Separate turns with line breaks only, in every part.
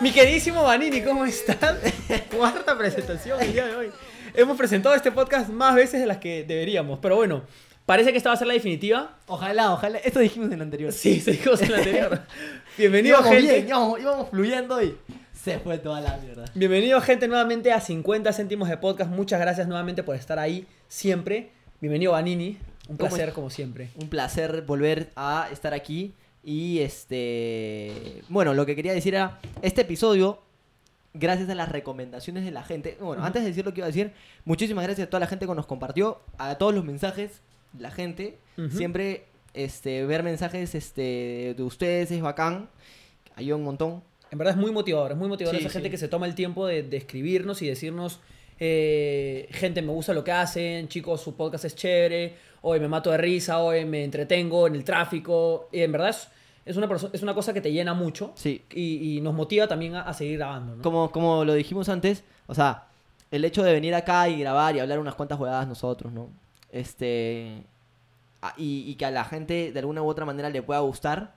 Mi queridísimo Vanini, ¿cómo estás? Cuarta presentación el día de hoy. Hemos presentado este podcast más veces de las que deberíamos, pero bueno, parece que esta va a ser la definitiva.
Ojalá, ojalá. Esto dijimos en el anterior.
Sí, se dijo en la anterior. Bienvenido,
íbamos
gente.
bien, íbamos, íbamos fluyendo y se fue toda la mierda.
Bienvenido, gente, nuevamente a 50 céntimos de podcast. Muchas gracias nuevamente por estar ahí siempre. Bienvenido, Vanini. Un
¿Cómo
placer,
es?
como siempre.
Un placer volver a estar aquí. Y este. Bueno, lo que quería decir era: este episodio, gracias a las recomendaciones de la gente. Bueno,
Ujú.
antes de decir lo que iba a decir, muchísimas gracias a toda la gente que nos compartió, a todos los mensajes, la gente.
Ujú.
Siempre este, ver mensajes este, de ustedes es bacán. Ayuda un montón.
En verdad es muy motivador, es muy motivador
Sí,
esa gente
sí.
que se toma el tiempo de, de escribirnos y decirnos, eh, gente, me gusta lo que hacen, chicos, su podcast es chévere, hoy me mato de risa, hoy me entretengo en el tráfico. Y en verdad es, es una, perso- es una cosa que te llena mucho
Sí.
y, y nos motiva también a, a seguir grabando. ¿no?
Como, como lo dijimos antes, o sea, el hecho de venir acá y grabar y hablar unas cuantas jugadas nosotros, ¿no? Este. a- Y, y que a la gente de alguna u otra manera le pueda gustar,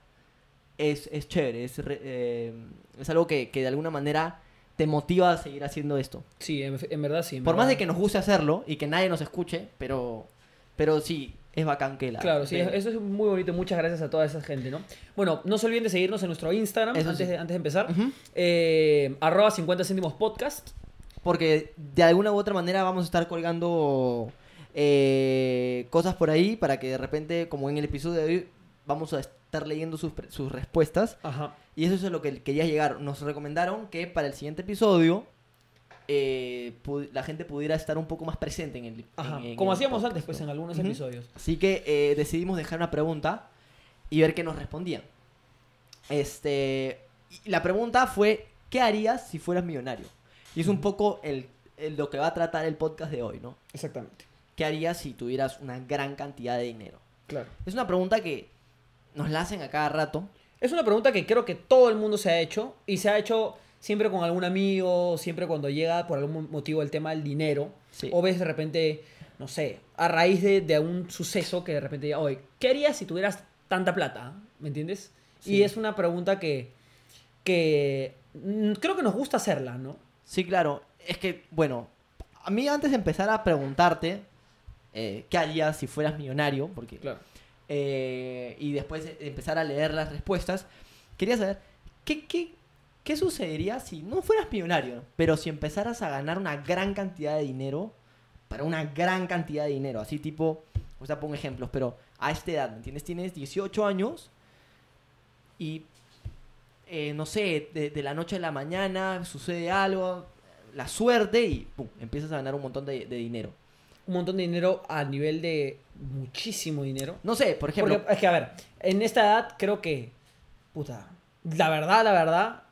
es, es chévere, es, re- eh, es algo que, que de alguna manera te motiva a seguir haciendo esto.
Sí, en, en verdad sí. en
Por más
verdad.
de que nos guste hacerlo y que nadie nos escuche, pero, pero sí, es bacán que la.
Claro, sí,
venga.
eso es muy bonito. Muchas gracias a toda esa gente, ¿no? Bueno, no se olviden de seguirnos en nuestro Instagram
Eso
antes,
sí.
de, antes de empezar.
Ujú.
eh, arroba 50 céntimos podcast.
Porque de alguna u otra manera vamos a estar colgando eh, cosas por ahí para que de repente, como en el episodio de hoy, vamos a estar leyendo sus, pre- sus respuestas.
Ajá.
Y eso es a lo que quería llegar. Nos recomendaron que para el siguiente episodio eh, pu- la gente pudiera estar un poco más presente en el
Ajá.
en- en
Como
el
hacíamos
podcast,
antes, pues,
¿no?
en algunos
Ujú.
episodios.
Así que eh, decidimos dejar una pregunta y ver qué nos respondían. Este, y la pregunta fue, ¿qué harías si fueras millonario? Y es un poco el, el- lo que va a tratar el podcast de hoy, ¿no?
Exactamente.
¿Qué harías si tuvieras una gran cantidad de dinero?
Claro.
Es una pregunta que nos la hacen a cada rato.
Es una pregunta que creo que todo el mundo se ha hecho y se ha hecho siempre con algún amigo, siempre cuando llega por algún motivo el tema del dinero.
Sí.
O ves de repente, no sé, a raíz de, de un suceso que de repente diga, oye, ¿qué harías si tuvieras tanta plata? ¿Me entiendes? Y
Sí.
es una pregunta que, que mm, creo que nos gusta hacerla, ¿no?
Sí, claro. Es que, bueno, a mí antes de empezar a preguntarte eh, qué harías si fueras millonario, porque eh, y después de- de empezar a leer las respuestas, quería saber qué, qué, qué sucedería si no fueras millonario, pero si empezaras a ganar una gran cantidad de dinero, para una gran cantidad de dinero, así tipo, o sea, pongo ejemplos, pero a esta edad, ¿me entiendes? Tienes 18 años y, eh, no sé, de, de la noche a la mañana sucede algo, la suerte y, pum, empiezas a ganar un montón de, de dinero.
Un montón de dinero a nivel de muchísimo dinero.
No sé, por ejemplo...
Porque, es que, a ver, en esta edad creo que, puta, la verdad, la verdad,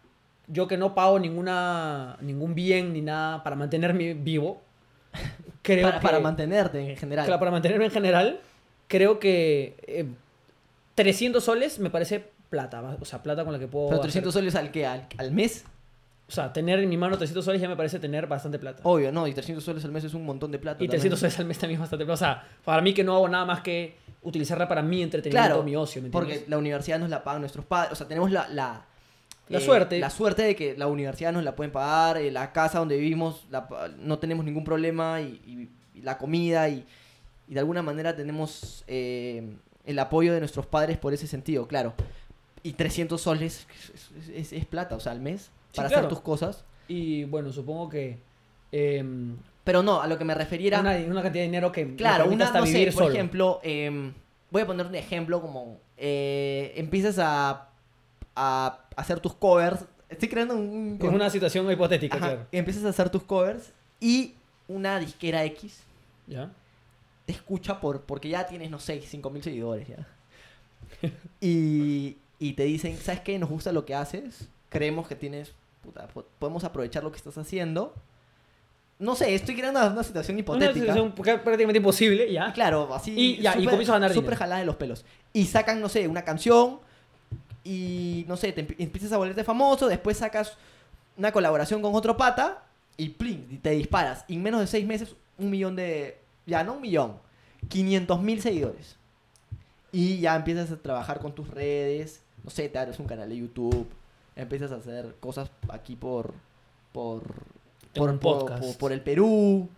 yo que no pago ninguna, ningún bien ni nada para mantenerme vivo, creo
Para,
que-
para mantenerte en general.
claro, para mantenerme en general, creo que eh, 300 soles me parece plata, va- o sea, plata con la que puedo...
Pero
hacer-
300 soles al qué? ¿Al, al mes?
o sea, tener en mi mano 300 soles ya me parece tener bastante plata.
Obvio, no, y 300 soles al mes es un montón de plata.
y 300 soles al mes también es bastante plata. O sea, para mí que no hago nada más que utilizarla para mi entretenimiento,
Claro,
mi ocio, ¿me entiendes?
Porque la universidad nos la pagan nuestros padres. O sea, tenemos la. La, eh,
La suerte.
La suerte de que la universidad nos la pueden pagar, eh, la casa donde vivimos la pa- no tenemos ningún problema, y, y- y la comida, y, y de alguna manera tenemos eh, el apoyo de nuestros padres por ese sentido, claro. Y 300 soles es, es- es plata, o sea, al mes,
Sí,
para
claro.
hacer tus cosas.
Y bueno, supongo que... em,
Pero no, a lo que me refería era-
una, una cantidad de dinero que me
Claro,
permita
una,
hasta
no sé,
vivir
por
solo.
ejemplo, em, voy a poner un ejemplo como eh, empiezas a, a hacer tus covers, estoy creando un...
Es una situación hipotética,
Ajá,
claro.
Empiezas a hacer tus covers y una disquera X
¿Ya?
te escucha por porque ya tienes, no sé, 5 mil seguidores ya. Y, y te dicen, ¿sabes qué? Nos gusta lo que haces, creemos que tienes, puta, po- podemos aprovechar lo que estás haciendo. No sé, estoy creando una situación hipotética.
Una situación pr- prácticamente imposible, ¿ya?
Ah, Claro, así.
Y ya, y comienzo a ganar
Súper
dinero.
jalada de los pelos. Y sacan, no sé, una canción. Y no sé, te empie- empiezas a volverte famoso. Después sacas una colaboración con otro pata. Y plin, y te disparas. Y en menos de seis meses, un millón de. Ya no un millón. 500 mil seguidores. Y ya empiezas a trabajar con tus redes. No sé, te abres un canal de YouTube. empiezas a hacer cosas aquí por por
En un
por, por-
podcast.
por- por el Perú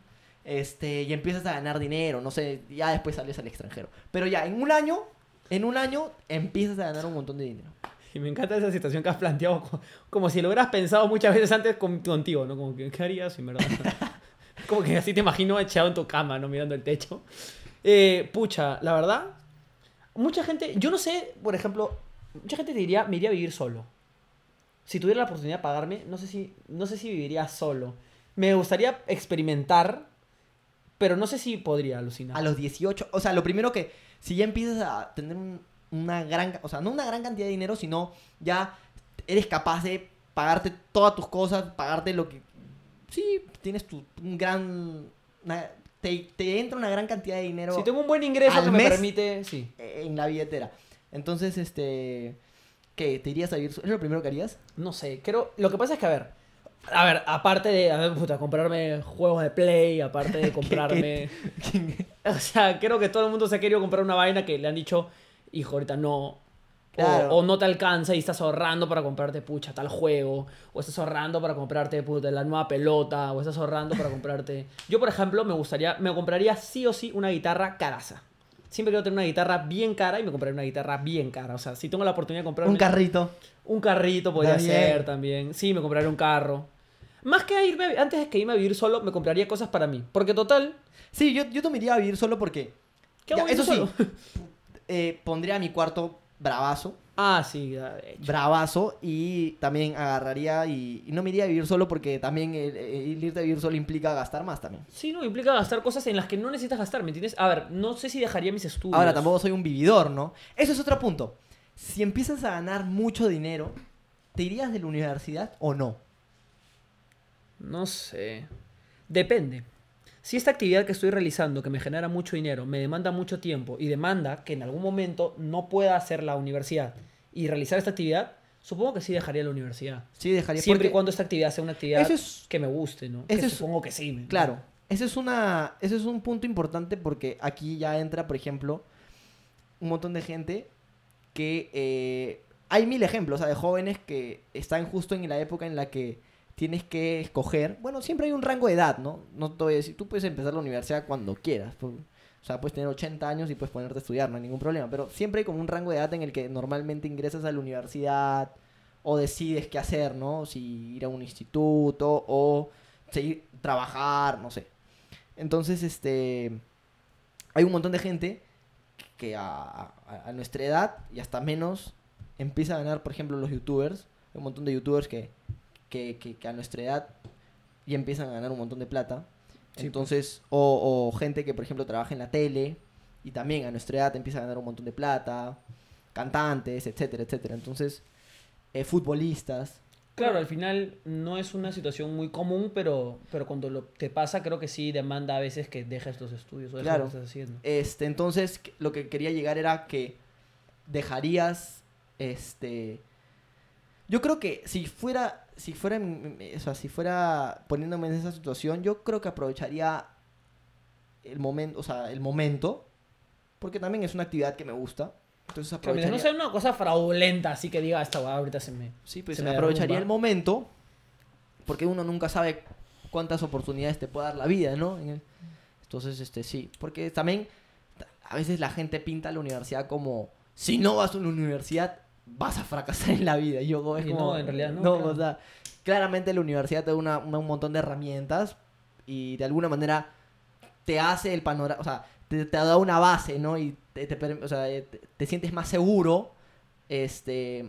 este y empiezas a ganar dinero no sé ya después sales al extranjero pero ya en un año en un año empiezas a ganar un montón de dinero
Y me encanta esa situación que has planteado, co- como si lo hubieras pensado muchas veces antes con- contigo, ¿no? Como que, ¿qué harías en verdad? como que así te imagino echado en tu cama, ¿no? Mirando el techo. Eh, pucha, la verdad, mucha gente, yo no sé, por ejemplo, mucha gente te diría, me iría a vivir solo. Si tuviera la oportunidad de pagarme, no sé si, no sé si viviría solo. Me gustaría experimentar, pero no sé si podría alucinar.
a los 18 o sea lo primero que si ya empiezas a tener un- una gran o sea no una gran cantidad de dinero sino ya eres capaz de pagarte todas tus cosas pagarte lo que sí tienes tu un gran una- te, te entra una gran cantidad de dinero
si tengo un buen ingreso
al
que me
mes-
permite, sí.
en la billetera. Entonces, este. ¿Qué? ¿Te irías a vivir? so- ¿Es lo primero que harías?
No sé, creo. Lo que pasa es que, a ver. A ver, aparte de. A ver, puta, comprarme juegos de Play, aparte de comprarme. o sea, creo que todo el mundo se ha querido comprar una vaina que le han dicho, hijo, ahorita no. O-
Claro.
O, no te alcanza y estás ahorrando para comprarte, pucha, tal juego. O estás ahorrando para comprarte, puta, la nueva pelota. O estás ahorrando para comprarte. Yo, por ejemplo, me gustaría. Me compraría sí o sí una guitarra caraza. Siempre quiero tener una guitarra bien cara y me compraré una guitarra bien cara. O sea, si tengo la oportunidad de comprarme.
Un carrito.
Un carrito podría
Está bien.
ser también. Sí, me compraría un carro. Más que a irme, antes que irme a vivir solo, me compraría cosas para mí. Porque total,
Sí, yo, yo te me iría a vivir solo porque.
¿qué hago
Ya, eso
viviendo solo?
sí. eh, pondría mi cuarto bravazo.
ah, sí, ya, de hecho.
Bravazo. Y también agarraría y, y no me iría a vivir solo porque también el- el irte a vivir solo implica gastar más también.
Sí, no, implica gastar cosas en las que no necesitas gastar, ¿me entiendes? A ver, no sé si dejaría mis estudios.
Ahora tampoco soy un vividor, ¿no? Eso es otro punto. Si empiezas a ganar mucho dinero, ¿te irías de la universidad o no?
No sé. Depende. Si esta actividad que estoy realizando, que me genera mucho dinero, me demanda mucho tiempo y demanda que en algún momento no pueda hacer la universidad y realizar esta actividad, supongo que sí dejaría la universidad.
Sí, dejaría
Siempre y
porque-
cuando esta actividad sea una actividad
Eso es-
que me guste, ¿no?
eso
que
es-
supongo que sí. ¿no?
Claro, ese es, una, ese es un punto importante porque aquí ya entra, por ejemplo, un montón de gente que... eh, hay mil ejemplos, o sea, de jóvenes que están justo en la época en la que tienes que escoger... Bueno, siempre hay un rango de edad, ¿no? No te voy a decir, tú puedes empezar la universidad cuando quieras. por- o sea, puedes tener 80 años y puedes ponerte a estudiar, no hay ningún problema. Pero siempre hay como un rango de edad en el que normalmente ingresas a la universidad o decides qué hacer, ¿no? Si ir a un instituto o seguir, trabajar, no sé. Entonces, este, hay un montón de gente que a, a- a nuestra edad y hasta menos empieza a ganar, por ejemplo, los youtubers. Hay un montón de youtubers que, que, que- que a nuestra edad ya empiezan a ganar un montón de plata.
Sí,
Entonces, o, o gente que, por ejemplo, trabaja en la tele y también a nuestra edad empieza a ganar un montón de plata. Cantantes, etcétera, etcétera. Entonces, eh, futbolistas.
Claro, al final no es una situación muy común, pero, pero cuando lo- te pasa, creo que sí demanda a veces que dejes los estudios o dejes
Claro.
lo que estás haciendo.
Este, entonces, que- lo que quería llegar era que dejarías, este... Yo creo que si fuera, si fuera, en- en- o sea, si fuera poniéndome en esa situación, yo creo que aprovecharía el momento, o sea, el momento, porque también es una actividad que me gusta. Entonces
Claro, mientras
aprovecharía,
no sea una cosa fraudulenta, así que diga, esta guada ahorita se me.
sí, pues,
se me
aprovecharía
derrumba".
el momento, porque uno nunca sabe cuántas oportunidades te puede dar la vida, ¿no? En el- Entonces, este, sí, porque también ta- a veces la gente pinta la universidad como, si no vas a una universidad, vas a fracasar en la vida. Y yo como, es
Y no,
como,
en realidad no, claro.
o sea, claramente la universidad te da una- una- un montón de herramientas y de alguna manera te hace el panorama, o sea, te, te da una base, ¿no? Y te, te perm- o sea, eh, te- te sientes más seguro este,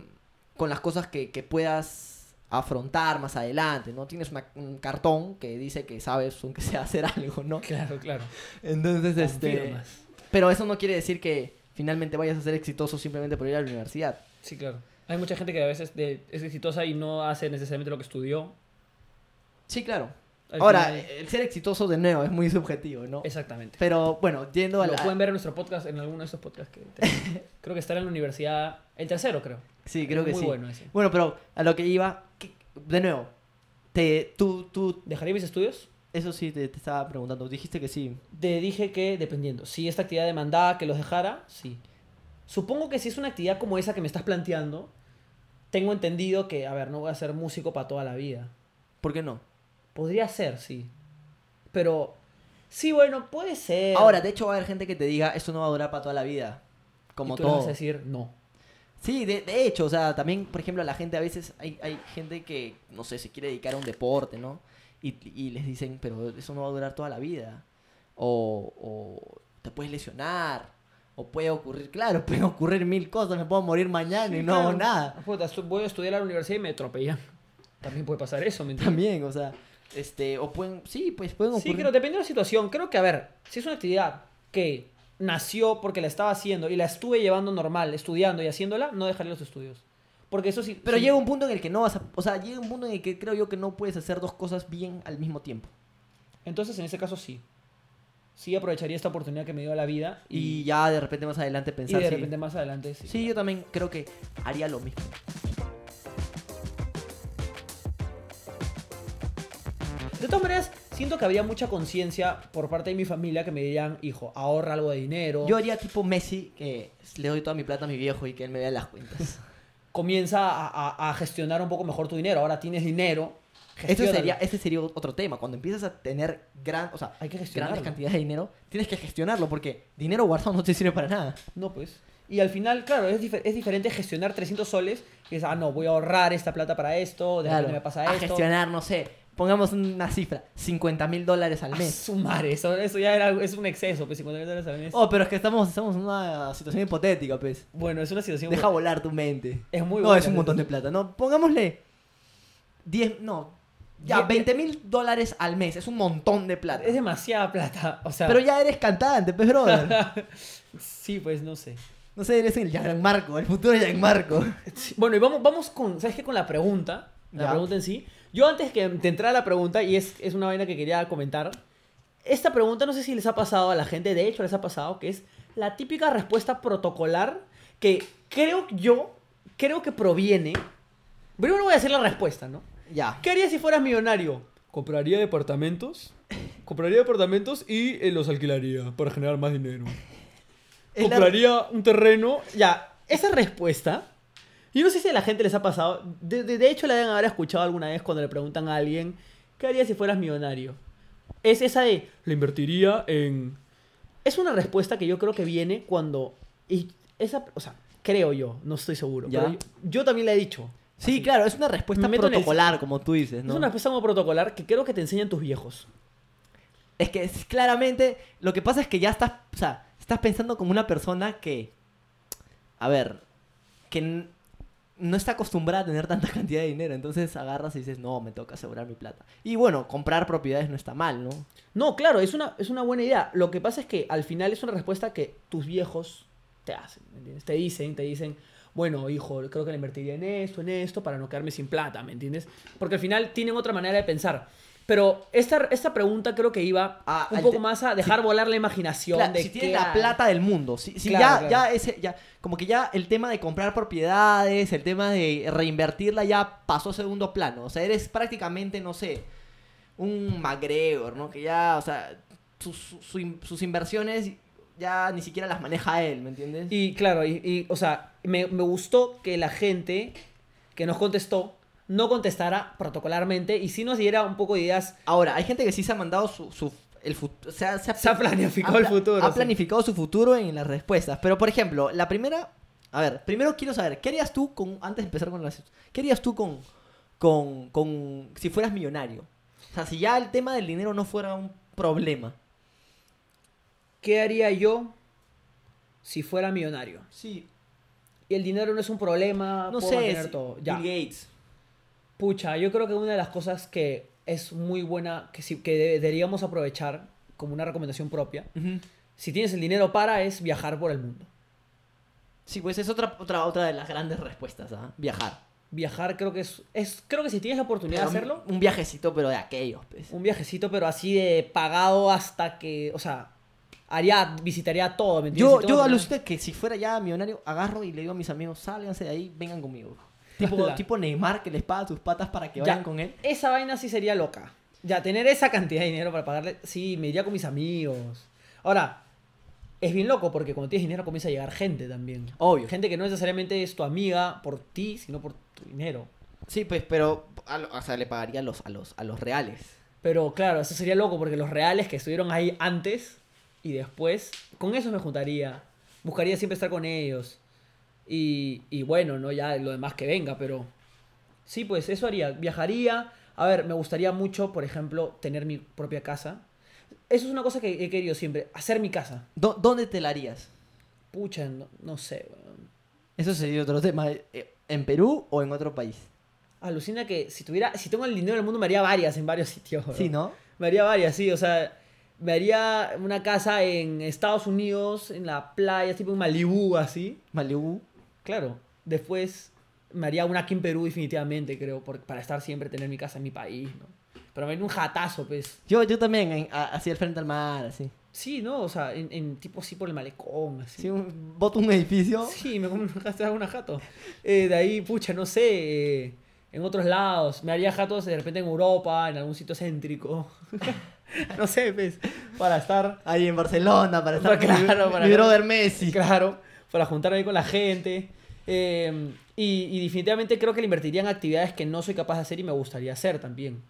con las cosas que, que puedas afrontar más adelante, ¿no? Tienes una- un cartón que dice que sabes aunque sea hacer algo, ¿no?
Claro, claro.
Entonces, este...
Confirmas.
Pero eso no quiere decir que finalmente vayas a ser exitoso simplemente por ir a la universidad.
Sí, claro. Hay mucha gente que a veces de- es exitosa y no hace necesariamente lo que estudió.
Sí, claro.
Al
Ahora, eh,
final-
el ser exitoso de nuevo es muy subjetivo, ¿no?
exactamente.
Pero bueno, yendo a
lo
la...
pueden ver en nuestro podcast, en alguno de esos podcasts que tenemos. creo que estará en la universidad, el tercero creo.
Sí, creo que
Muy
sí.
bueno ese.
Bueno, pero a lo que iba, que- de nuevo, te, tú, tú,
¿Dejaría mis estudios?
eso sí te, te estaba preguntando, dijiste que sí.
Te dije que dependiendo. Si esta actividad demandaba que los dejara, sí. Supongo que si es una actividad como esa que me estás planteando, tengo entendido que, a ver, no voy a ser músico para toda la vida.
¿Por qué no?
Podría ser, sí. Pero, sí, bueno, puede ser.
Ahora, de hecho, va a haber gente que te diga, esto no va a durar para toda la vida. Como
y tú le
todo.
vas a decir no.
Sí, de, de hecho, o sea, también, por ejemplo, la gente a veces, hay, hay gente que, no sé, se quiere dedicar a un deporte, ¿no? Y, y les dicen, pero eso no va a durar toda la vida. O, o te puedes lesionar. O puede ocurrir, claro, pueden ocurrir mil cosas, me puedo morir mañana y Ah, no hago
Claro.
nada.
Puta, estu- voy a estudiar a la universidad y me atropellan. También puede pasar eso, ¿me entiendes?
También, o sea, este, o pueden, sí, pues pueden ocurrir.
Sí, creo, depende de la situación. Creo que, a ver, si es una actividad que nació porque la estaba haciendo y la estuve llevando normal, estudiando y haciéndola, no dejaré los estudios. Porque eso sí.
Pero
sí-
llega un punto en el que no vas a, o sea, llega un punto en el que creo yo que no puedes hacer dos cosas bien al mismo tiempo.
Entonces, en ese caso, sí. Sí aprovecharía esta oportunidad que me dio la vida
Y,
y,
ya de repente más adelante
y
pensar
de
si-
repente más adelante sí.
Sí, yo también creo que haría lo mismo.
De todas maneras, siento que habría mucha conciencia por parte de mi familia que me dirían, hijo, ahorra algo de dinero,
Yo haría tipo Messi, que le doy toda mi plata a mi viejo y que él me vea las cuentas. Este
comienza a, a- a gestionar un poco mejor tu dinero. Ahora tienes dinero.
Esto
gestiónalo.
sería, este sería otro tema. Cuando empiezas a tener gran, o sea,
Hay que gestionarlo.
grandes cantidades de dinero, tienes que gestionarlo porque dinero guardado no te sirve para nada.
No, pues. Y al final, claro, es, difer- es diferente gestionar 300 soles. Que es, ah, no, voy a ahorrar esta plata para esto, de
Claro,
repente me pasa
a
esto.
gestionar, no sé, pongamos una cifra, 50 mil dólares al
Ah,
mes.
su madre, eso, eso ya era, es un exceso, pues 50 mil dólares al mes.
Oh, pero es que estamos, estamos en una situación hipotética, pues.
Bueno, es una situación.
Deja volar tu mente.
Es muy
no,
buena,
es un
¿no?
montón de plata. No, pongámosle 10, no, ya,
Diez-
20 mil dólares al mes. Es un montón de plata.
Es demasiada plata. O sea,
Pero ya eres cantante, pues, brother.
sí, pues no sé.
No sé, eres el Gianmarco, el futuro Gianmarco.
Sí, Bueno, y vamos, vamos con, ¿sabes qué? Con la pregunta, la
Ya.
pregunta en sí. Yo antes que te entrara la pregunta, y es, es una vaina que quería comentar, esta pregunta no sé si les ha pasado a la gente, de hecho les ha pasado, que es la típica respuesta protocolar que creo yo, creo que proviene... Primero voy a hacer la respuesta, ¿no?
Ya.
¿Qué harías si fueras millonario? Compraría departamentos. Compraría departamentos y eh, los alquilaría para generar más dinero.
Es la-
Compraría un terreno. Ya, esa respuesta. Yo no sé si a la gente les ha pasado. De, de- de hecho, la deben haber escuchado alguna vez cuando le preguntan a alguien: ¿Qué harías si fueras millonario? Es esa de. Lo invertiría en. Es una respuesta que yo creo que viene cuando. Y esa, o sea, creo yo, no estoy seguro.
Ya.
pero yo, yo también la he dicho.
Sí, claro, es una respuesta
Me meto en el-
protocolar, como tú dices, ¿no?
Es una respuesta como protocolar que creo que te enseñan tus viejos.
Es que es- claramente lo que pasa es que ya estás, o sea, estás pensando como una persona que, a ver, que n- no está acostumbrada a tener tanta cantidad de dinero. Entonces agarras y dices, no, me toca asegurar mi plata. Y bueno, comprar propiedades no está mal, ¿no?
No, claro, es una, es una buena idea. Lo que pasa es que al final es una respuesta que tus viejos te hacen, ¿me entiendes? Te dicen, te dicen, bueno, hijo, creo que le invertiría en esto, en esto, para no quedarme sin plata, ¿me entiendes? Porque al final tienen otra manera de pensar. Pero esta, esta pregunta creo que iba
Ah,
un
al
poco
te-
más a dejar volar la imaginación
Claro,
de
si tienes
qué
la
hay.
plata del mundo, si, si
Claro,
ya,
claro.
ya ese, ya, como que ya el tema de comprar propiedades, el tema de reinvertirla ya pasó a segundo plano. O sea, eres prácticamente, no sé, un McGregor, ¿no? Que ya, o sea, sus, su- sus inversiones ya ni siquiera las maneja él, ¿me entiendes?
Y claro, y, y, o sea, me, me gustó que la gente que nos contestó no contestara protocolarmente y sí nos diera un poco de ideas
Ahora, hay gente que sí se ha mandado su, su- el futuro, se ha,
Se ha planificado
ha
el
pla-
futuro,
Ha
sí.
planificado su futuro en las respuestas. Pero, por ejemplo, la primera... A ver, primero quiero saber, ¿qué harías tú con... Antes de empezar con las... ¿Qué harías tú con... con, con si fueras millonario? O sea, si ya el tema del dinero no fuera un problema.
¿Qué haría yo si fuera millonario?
Sí,
Y el dinero no es un problema,
no
puedo
sé.
mantener
si-
todo. Ya.
Bill Gates.
Pucha, yo creo que una de las cosas que es muy buena, que, sí- que de- deberíamos aprovechar como una recomendación propia,
Ujú.
si tienes el dinero para, es viajar por el mundo.
Sí, pues es otra, otra, otra de las grandes respuestas, ¿ah? Viajar.
Viajar creo que es, es creo que si tienes la oportunidad de
Pero un-
hacerlo,
Un viajecito, pero de aquellos, pues.
un viajecito, pero así de pagado hasta que, o sea, haría, visitaría todo, ¿me entiendes?
Yo,
Si tengo la-
yo alucino que si fuera ya millonario, agarro y le digo a mis amigos, sálganse de ahí, vengan conmigo. Tipo,
Ala.
tipo Neymar que les paga tus patas para que
Ya,
vayan con él.
Esa vaina sí sería loca. Ya, tener esa cantidad de dinero para pagarle, sí, me iría con mis amigos. Ahora, es bien loco porque cuando tienes dinero comienza a llegar gente también.
Obvio.
Gente que no necesariamente es tu amiga por ti, sino por tu tu dinero.
Sí, pues, pero, a lo- o sea, le pagaría a los, a los, a los reales.
Pero claro, eso sería loco porque los reales que estuvieron ahí antes y después, con esos me juntaría. Buscaría siempre estar con ellos. Y, y bueno, ¿no? Ya lo demás que venga, pero... Sí, pues eso haría. Viajaría. A ver, me gustaría mucho, por ejemplo, tener mi propia casa. Eso es una cosa que he querido siempre, hacer mi casa.
¿Dó- ¿Dónde te la harías?
Pucha, no, no sé. weón.
Eso sería otro tema. eh, ¿En Perú o en otro país?
Alucina que si tuviera, si tengo el dinero del mundo me haría varias en varios sitios. weón.
Sí, ¿no?
Me haría varias, sí, o sea, me haría una casa en Estados Unidos, en la playa, tipo en Malibú, así.
Malibu.
Claro. Después me haría una aquí en Perú, definitivamente, creo, por- para estar siempre, tener mi casa en mi país, ¿no? Pero me haría un jatazo, pues.
Yo, yo también, en- a- así al frente al mar, así.
Sí, ¿no? O sea, en, en tipo así por el malecón, así.
Sí, un, boto un edificio.
Sí, me compro una casa, una jato. Eh, de ahí, pucha, no sé. eh, en otros lados. Me haría jatos de repente en Europa, en algún sitio céntrico. no sé, pues. Para estar.
Ahí en Barcelona, para estar
Claro,
con mi-
para-
mi brother Messi.
Claro, para juntarme ahí con la gente. Eh, y, y definitivamente creo que le invertiría en actividades que no soy capaz de hacer y me gustaría hacer también.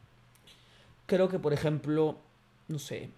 Creo que, por ejemplo, no sé,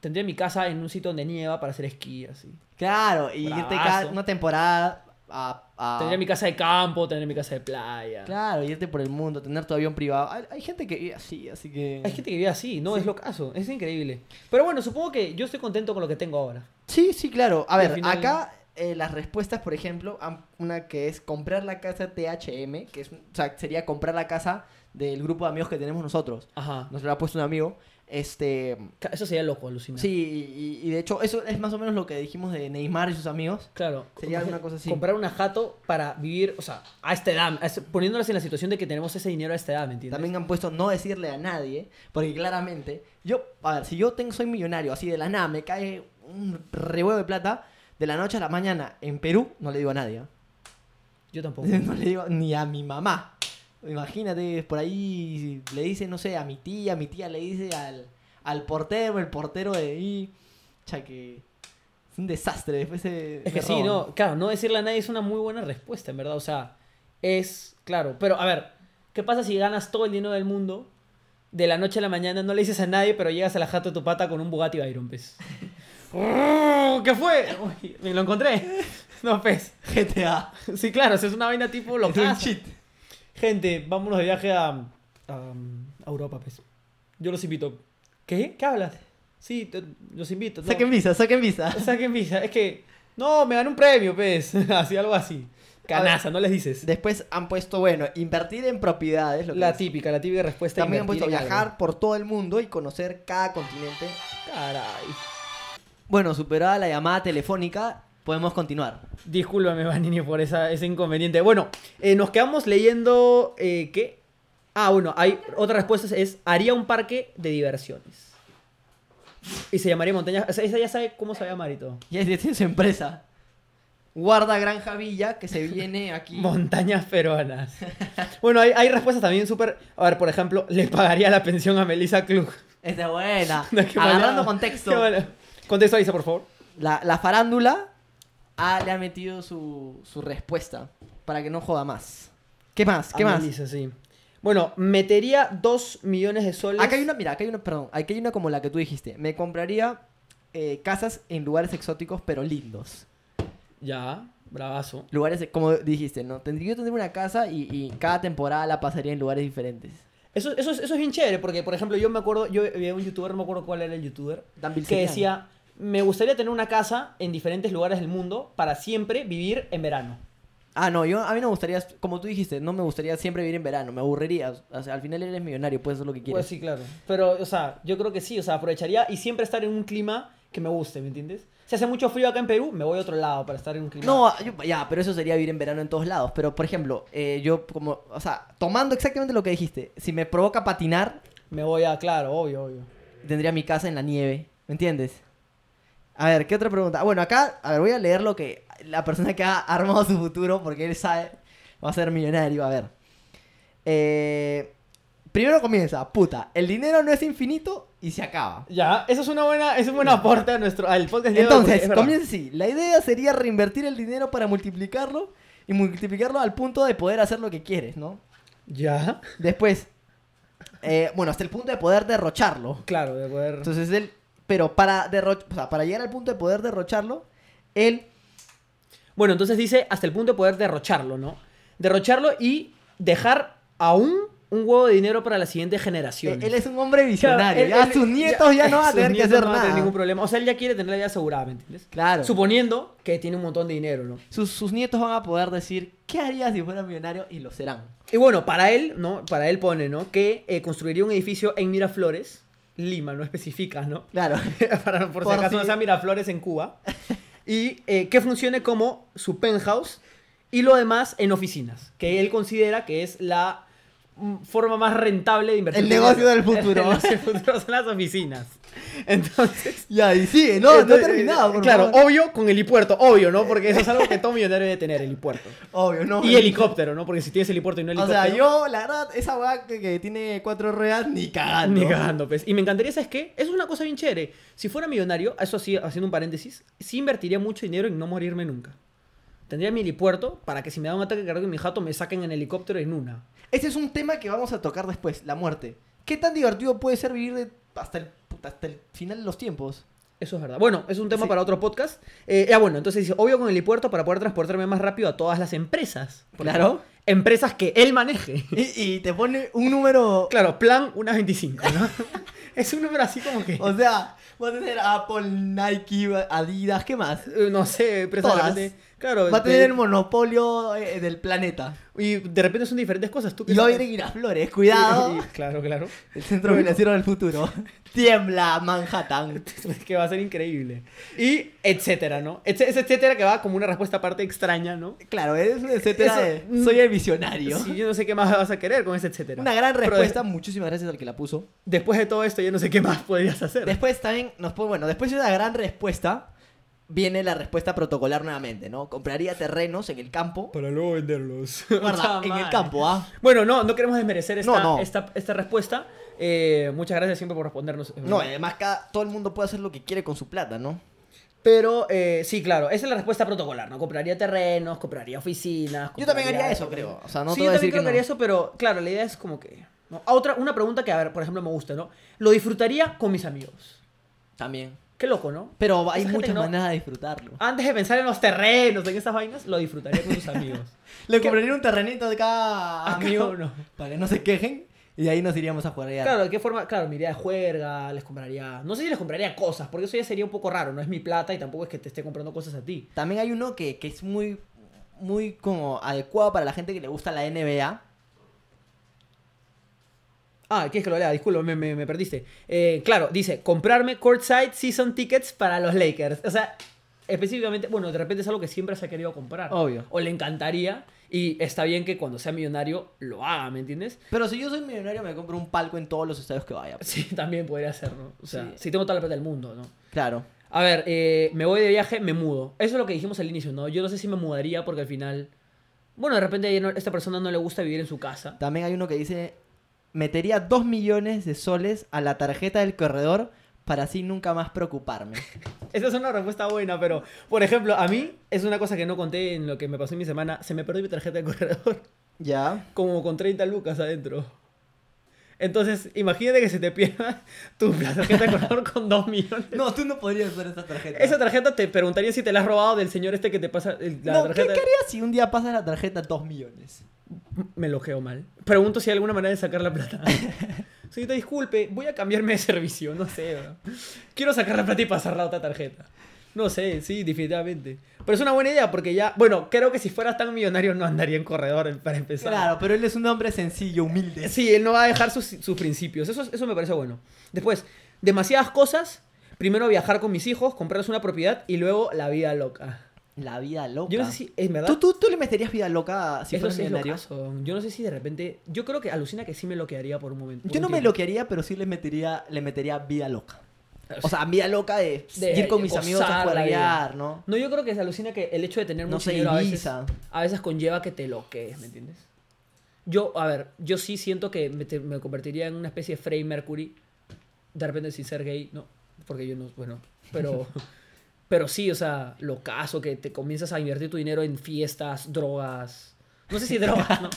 tendría mi casa en un sitio donde nieva para hacer esquí, así.
Claro, y irte cada
Bravazo.
una temporada a... a-
Tendría mi casa de campo, tendría mi casa de playa.
Ah. Claro, irte por el mundo, tener tu avión privado. Hay, hay gente que vive así, así que...
Hay gente que vive así, no es lo caso, es increíble. Pero bueno, supongo que yo estoy contento con lo que tengo ahora.
Sí, sí, claro. A
Y al
ver,
final-
acá eh, las respuestas, por ejemplo, am- una que es comprar la casa THM, que es, o sea, sería comprar la casa del grupo de amigos que tenemos nosotros.
Ajá.
Nos lo ha puesto un amigo. Este,
Ca- Eso sería loco, alucinante.
sí, y, y de hecho eso es más o menos lo que dijimos de Neymar y sus amigos.
Claro.
Sería alguna cosa así.
Comprar una jato para vivir, o sea, a esta edad, a ese- poniéndolas en la situación de que tenemos ese dinero a esta edad, ¿me entiendes?
También han puesto no decirle a nadie, porque claramente, yo, a ver, si yo tengo, soy millonario, así de la nada me cae un revuelo de plata, de la noche a la mañana en Perú, no le digo a nadie. ¿ah?
Yo tampoco.
No le digo ni a mi mamá. Imagínate, por ahí le dice, no sé, a mi tía, mi tía le dice al, al portero, el portero de ahí. Cha, que es un desastre. Después se.
Es
me
que sí,
roban.
no, claro, no decirle a nadie es una muy buena respuesta, en verdad, o sea, es, claro, pero a ver, ¿qué pasa si ganas todo el dinero del mundo? De la noche a la mañana no le dices a nadie, pero llegas a la jato de tu pata con un Bugatti Veyron, pues? pez. ¡Oh! ¿Qué fue? Uy, me lo encontré. No, pez.
GTA.
Sí, claro, o sea, es una vaina tipo
Es un
loca.
cheat.
Gente, vámonos de viaje a, a, a Europa, pues. Yo los invito. ¿Qué? ¿Qué hablas? Sí, te- los invito. no.
Saquen visa, saquen visa.
Saquen visa. Es que, no, me gané un premio, pues. Así, algo así. Canaza, no les dices.
Después han puesto, bueno, invertir en propiedades. Lo que
La
es.
típica, la típica respuesta.
También han puesto
invertir en
viajar
algo.
por todo el mundo y conocer cada continente.
Caray.
Bueno, superada la llamada telefónica, podemos continuar.
Discúlpame, Vanini, por esa, ese inconveniente. Bueno, eh, nos quedamos leyendo, eh, ¿qué? Ah, bueno, hay otra respuesta es, haría un parque de diversiones. Y se llamaría montaña... o sea, esa ya sabe cómo se va a llamar y todo.
Ya tiene su empresa. Guarda Granja Villa, que se viene aquí.
Montañas peruanas. Bueno, hay, hay respuestas también súper... A ver, por ejemplo, le pagaría la pensión a Melissa Klug.
Esta es buena.
No, qué
Agarrando
maleado.
contexto.
Qué maleado. Contextualiza, por favor.
La, la farándula ah, le ha metido su, su respuesta para que no joda más. ¿Qué más? ¿Qué más?
Analiza, sí. Bueno, metería 2 millones de soles.
Acá hay una, mira, acá hay una, perdón, aquí hay una como la que tú dijiste. Me compraría eh, casas en lugares exóticos pero lindos.
Ya, bravazo.
Lugares, de- como dijiste, ¿no? Tendría, yo tendría una casa y, y cada temporada la pasaría en lugares diferentes.
Eso, eso, es- eso es bien chévere, porque, por ejemplo, yo me acuerdo, yo vi a un youtuber, no me acuerdo cuál era el youtuber,
Dan
que
Bilzerian.
decía, me gustaría tener una casa en diferentes lugares del mundo para siempre vivir en verano.
Ah, no, yo a mí no me gustaría, como tú dijiste, no me gustaría siempre vivir en verano, me aburriría. O sea, al final eres millonario, puedes hacer lo que quieras.
Pues sí, claro. Pero, o sea, yo creo que sí, o sea, aprovecharía y siempre estar en un clima que me guste, ¿me entiendes? Si hace mucho frío acá en Perú, me voy a otro lado para estar en un clima.
No, yo- ya, pero eso sería vivir en verano en todos lados. Pero, por ejemplo, eh, yo como, o sea, tomando exactamente lo que dijiste, si me provoca patinar,
Me voy a, claro, obvio, obvio.
tendría mi casa en la nieve, ¿me entiendes? A ver, ¿qué otra pregunta? Ah, Bueno, acá, a ver, voy a leer lo que la persona que ha armado su futuro, porque él sabe, va a ser millonario, a ver. Eh, primero comienza, puta, el dinero no es infinito y se acaba.
Ya, eso es una buena, es un buen aporte a nuestro, al podcast de hoy, porque
Entonces,
es verdad.
comienza así. La idea sería reinvertir el dinero para multiplicarlo y multiplicarlo al punto de poder hacer lo que quieres, ¿no?
Ya.
Después, eh, bueno, hasta el punto de poder derrocharlo.
Claro, de poder.
Entonces él, pero para, derro- o sea, para llegar al punto de poder derrocharlo, él
Bueno, entonces dice hasta el punto de poder derrocharlo, ¿no? Derrocharlo y dejar aún un huevo de dinero para la siguiente generación.
Eh, Él es un hombre visionario.
Él-
ya
él-
sus nietos ya, no van a
sus
tener que
nietos
hacer
no van a
nada.
tener ningún problema. O sea, él ya quiere tener la vida asegurada, ¿me entiendes?
Claro.
Suponiendo que tiene un montón de dinero, ¿no?
Sus, sus nietos van a poder decir, ¿qué harías si fuera millonario? Y lo serán.
Y bueno, para él, ¿no? Para él pone, ¿no? Que eh, construiría un edificio en Miraflores, Lima, no especifica, ¿no?
Claro.
para, por,
Por
si acaso no
si-
sea Miraflores en Cuba. Y eh, que funcione como su penthouse y lo demás en oficinas, que él considera que es la mm, forma más rentable de invertir.
El negocio del
dinero.
futuro.
El negocio del futuro son las oficinas. Entonces...
ya, y sigue. No, no he
entonces,
terminado, por
Claro,
favor.
obvio con helipuerto, obvio, ¿no? Porque eso es algo que todo millonario debe tener, helipuerto.
Obvio, no.
Y helicóptero, ¿no? Porque si tienes helipuerto y no
O
helicóptero...
sea, yo, la verdad, esa weá que, que tiene cuatro ruedas, ni cagando.
Ni cagando, pues. Y me encantaría, ¿sabes qué? Eso es una cosa bien chévere. Si fuera millonario, eso sí, haciendo un paréntesis, sí invertiría mucho dinero en no morirme nunca. Tendría mi helipuerto para que si me da un ataque cardíaco en mi jato me saquen en helicóptero en una.
Ese es un tema que vamos a tocar después, la muerte. ¿Qué tan divertido puede ser vivir de- hasta, el, puta, hasta el final de los tiempos?
Eso es verdad. Bueno, es un tema
Sí.
para otro podcast. Eh, ya bueno, entonces dice, obvio con helipuerto para poder transportarme más rápido a todas las empresas. Porque
Claro.
Empresas que él maneje.
Y, y te pone un número...
Claro, plan unas 25, ¿no? es un número así como que...
O sea, va a tener Apple, Nike, Adidas, ¿qué más?
eh, No sé, empresas de
Todas.
repente- Claro,
Va a tener
te-
el monopolio eh, del planeta.
Y de repente son diferentes cosas. ¿Tú qué
Y va a
sabes?
venir Giraflores, cuidado.
Y- claro, claro.
El centro financiero del futuro. Tiembla Manhattan.
que va a ser increíble. Y etcétera, ¿no? Ese ese etcétera que va como una respuesta aparte extraña, ¿no?
Claro, es un etcétera
Eso-
de, soy el visionario.
Sí, yo no sé qué más vas a querer con ese etcétera.
Una gran
Pero de-
respuesta, muchísimas gracias al que la puso.
después de todo esto, yo no sé qué más podrías hacer.
Después también nos pone, bueno, después de una gran respuesta, viene la respuesta protocolar nuevamente, ¿no? Compraría terrenos en el campo.
Para luego venderlos.
Guarda, en el campo, ¿ah?
Bueno, no, no queremos desmerecer esta,
No, no.
esta, esta respuesta. Eh, muchas gracias siempre por respondernos.
No, y además cada, todo el mundo puede hacer lo que quiere con su plata, ¿no?
Pero eh, sí, claro, esa es la respuesta protocolar, ¿no? Compraría terrenos, compraría oficinas.
Yo también
compraría-
haría eso, creo. O sea, no
sí,
te
yo también
voy a decir
creo que,
que no.
haría eso, pero claro, la idea es como que... ¿no? Ah, Otra, una pregunta que, a ver, por ejemplo, me gusta, ¿no? Lo disfrutaría con mis amigos.
También.
Qué loco, ¿no?
Pero hay
Esa gente
muchas
que no-
maneras de disfrutarlo.
Antes de pensar en los terrenos, en esas vainas, lo disfrutaría con mis amigos.
Le compraría un terrenito de cada
Acá
amigo
uno.
para que no se quejen y de ahí nos iríamos a jugar ya.
Claro, ¿de qué forma? Claro, me iría de juerga, les compraría... No sé si les compraría cosas, porque eso ya sería un poco raro, no es mi plata y tampoco es que te esté comprando cosas a ti.
También hay uno que, que es muy, muy como adecuado para la gente que le gusta la NBA.
Ah, ¿quieres que lo lea? Disculpa, me, me- me perdiste. Eh, claro, dice, comprarme courtside season tickets para los Lakers. O sea, específicamente, bueno, de repente es algo que siempre se ha querido comprar.
Obvio.
O le encantaría. Y está bien que cuando sea millonario lo haga, ¿me entiendes?
Pero si yo soy millonario me compro un palco en todos los estadios que vaya.
Sí, también podría hacerlo. O sea,
Sí.
si tengo toda la plata del mundo, ¿no?
Claro.
A ver, eh, me voy de viaje, me mudo. Eso es lo que dijimos al inicio, ¿no? Yo no sé si me mudaría porque al final... Bueno, de repente a esta persona no le gusta vivir en su casa.
También hay uno que dice, metería 2 millones de soles a la tarjeta del corredor para así nunca más preocuparme.
Esa es una respuesta buena, pero por ejemplo, a mí es una cosa que no conté en lo que me pasó en mi semana. Se me perdió mi tarjeta de corredor,
ya.
como con 30 lucas adentro. Entonces, imagínate que se te pierda tu tarjeta de corredor con 2 millones.
No, tú no podrías usar esa tarjeta.
Esa tarjeta te preguntaría si te la has robado del señor este que te pasa el- la
no, ¿qué,
tarjeta.
qué harías si un día pasas la tarjeta 2 millones?
Me lo quedo mal. Pregunto si hay alguna manera de sacar la plata. Señorita, disculpe, voy a cambiarme de servicio, no sé. ¿no? Quiero sacar la plata y pasar la otra tarjeta. No sé, sí, definitivamente. Pero es una buena idea porque ya, bueno, creo que si fueras tan millonario no andaría en corredor para empezar.
Claro, pero él es un hombre sencillo, humilde.
Sí, él no va a dejar sus, sus principios. Eso, eso me parece bueno. Después, demasiadas cosas. Primero viajar con mis hijos, comprarles una propiedad y luego la vida loca.
La vida loca.
Yo no sé si, es verdad.
¿Tú, tú, tú le meterías vida loca si
Eso
fueras
sí es
millonario?
locazo. Yo no sé si de repente. Yo creo que alucina que sí me loquearía por un momento. por
Yo
un
no me
tiempo.
loquearía, pero sí le metería, le metería vida loca. O sea, vida loca de,
Ah, De-
ir con
de
mis amigos a
gozar la
jugar, ¿no?
No, yo creo que se alucina que el hecho de tener
No
mucho
sé,
dinero a veces,
Ibiza.
a veces conlleva que te loques, ¿me entiendes? Yo, a ver, yo sí siento que me, te- me convertiría en una especie de Freddie Mercury, de repente sin ser gay, no, porque yo no, bueno, pero Pero sí, o sea, lo caso que te comienzas a invertir tu dinero en fiestas, drogas. No sé si drogas, ¿no?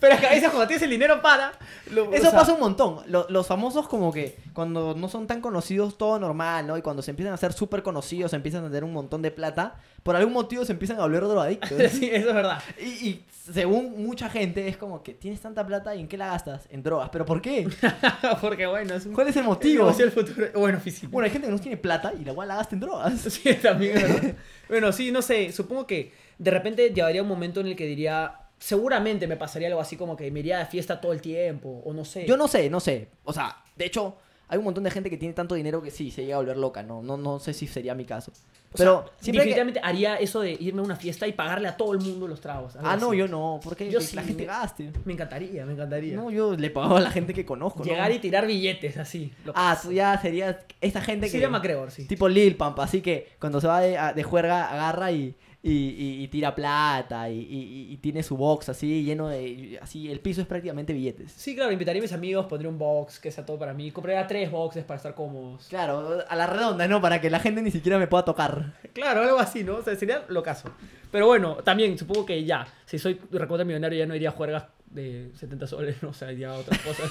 Pero es que a veces cuando tienes el dinero para. lo- o
Eso
sea,
pasa un montón. Lo- los famosos como que cuando no son tan conocidos, todo normal, ¿no? Y cuando se empiezan a ser súper conocidos, empiezan a tener un montón de plata, por algún motivo se empiezan a volver drogadictos.
sí, eso es verdad.
y, y según mucha gente es como que tienes tanta plata y en qué la gastas? En drogas. ¿Pero por qué?
Porque bueno, es un.
¿Cuál es el motivo?
el futuro. Bueno, oficina.
Bueno, hay gente que no tiene plata y la cual la gasta en drogas.
Sí, también, ¿verdad? bueno, sí, no sé, supongo que de repente llegaría un momento en el que diría, seguramente me pasaría algo así como que me iría de fiesta todo el tiempo, o no sé.
Yo no sé, no sé. O sea, de hecho, hay un montón de gente que tiene tanto dinero que sí, se llega a volver loca. No, no, no sé si sería mi caso.
O
Pero
sea,
siempre que-
definitivamente haría eso de irme a una fiesta y pagarle a todo el mundo los tragos. algo
Ah, no,
así.
yo no, porque
Yo
que
sí.
la gente gaste.
Me encantaría, me encantaría.
No, yo le pagaba a la gente que conozco. ¿no?
Llegar y tirar billetes así. lo-
Ah, tú ya sería esta gente que...
Sería MacGregor, sí.
Tipo Lil Pampa, así que cuando se va de, a- de juerga agarra y, y, y- y tira plata y, y- y tiene su box así lleno de... Así, el piso es prácticamente billetes.
Sí, claro, invitaría a mis amigos, pondría un box, que sea todo para mí. Compraría tres boxes para estar cómodos.
Claro, a la redonda, ¿no? Para que la gente ni siquiera me pueda tocar.
Claro, algo así, ¿no? O sea, sería lo caso. Pero bueno, también supongo que ya, si soy recontra millonario, ya no iría a juergas de 70 soles, ¿no? o sea, iría a otras cosas.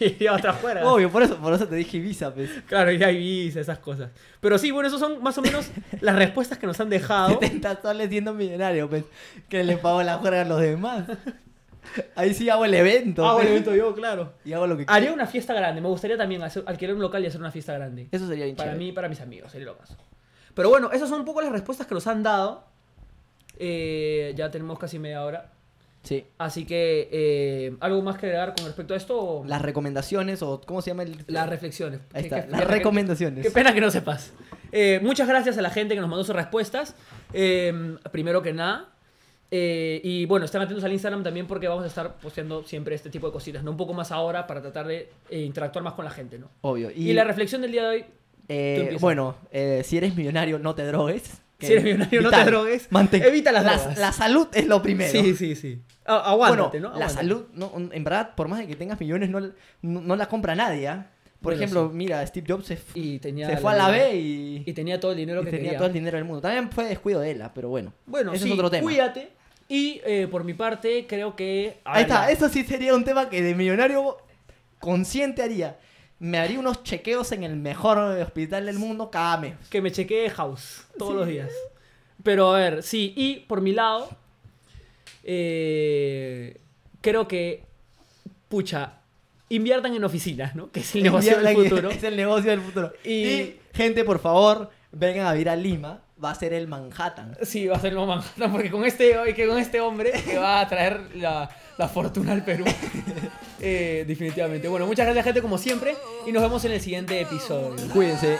iría a otras juergas.
Obvio, por eso, por eso te dije Ibiza, pues.
Claro, iría a Ibiza, esas cosas. Pero sí, bueno, esas son más o menos las respuestas que nos han dejado.
70 soles siendo millonario, pues. Que le pago la juerga a los demás. Ahí sí hago el evento.
Ah,
pues.
bueno, evento yo, claro.
Y hago lo que
Haría una fiesta grande, me gustaría también hacer- alquilar un local y hacer una fiesta grande.
Eso sería bien
Para
chévere.
mí y para mis amigos, sería lo caso. Pero bueno, esas son un poco las respuestas que nos han dado. Eh, ya tenemos casi media hora.
Sí.
Así que, eh, ¿algo más que agregar con respecto a esto? o
Las recomendaciones o... ¿Cómo se llama el...?
las reflexiones.
Ahí
Qué-
está,
qué-
las
qué-
recomendaciones.
Qué pena que no sepas. Eh, muchas gracias a la gente que nos mandó sus respuestas. Eh, primero que nada. Eh, y bueno, estén atentos al Instagram también porque vamos a estar posteando siempre este tipo de cositas, ¿no? Un poco más ahora para tratar de eh, interactuar más con la gente, ¿no?
Obvio.
Y, la reflexión del día de hoy,
Eh,
Tú empieza.
bueno, eh, si eres millonario, no te drogues. Que-
Si eres millonario, no te drogues.
Mantén-
Evita las
la,
drogas.
La salud es lo primero.
Sí, sí, sí. A- aguántate,
bueno,
¿no?
la
Aguántate.
salud, no, en verdad, por más de que tengas millones, no, no, no la compra nadie. ¿ah? Por
Bueno,
ejemplo,
sí.
mira, Steve Jobs se, f-
Y tenía
se fue a la
vida.
B y,
Y tenía todo el dinero
y
que
tenía
quería.
todo el dinero del mundo. También fue descuido de él, ah, pero bueno.
Bueno,
ese
sí,
es otro tema.
cuídate. Y eh, por mi parte, creo que... a
Ahí
ver,
está,
ya.
eso sí sería un tema que de millonario consciente haría. Me haría unos chequeos en el mejor hospital del mundo cada mes.
que me chequee House todos los días. Pero a ver, sí, y por mi lado, eh, creo que, pucha, inviertan en oficinas, ¿no? Que es el negocio
Inviertan
del
en-
futuro.
Es el negocio del futuro.
Y-
Y... gente, por favor, vengan a vivir a Lima. Va a ser el Manhattan.
Sí, va a ser lo Manhattan, porque con este, que con este hombre que va a traer la, la fortuna al Perú. Eh, definitivamente. Bueno, muchas gracias, gente, como siempre, y nos vemos en el siguiente episodio.
Cuídense.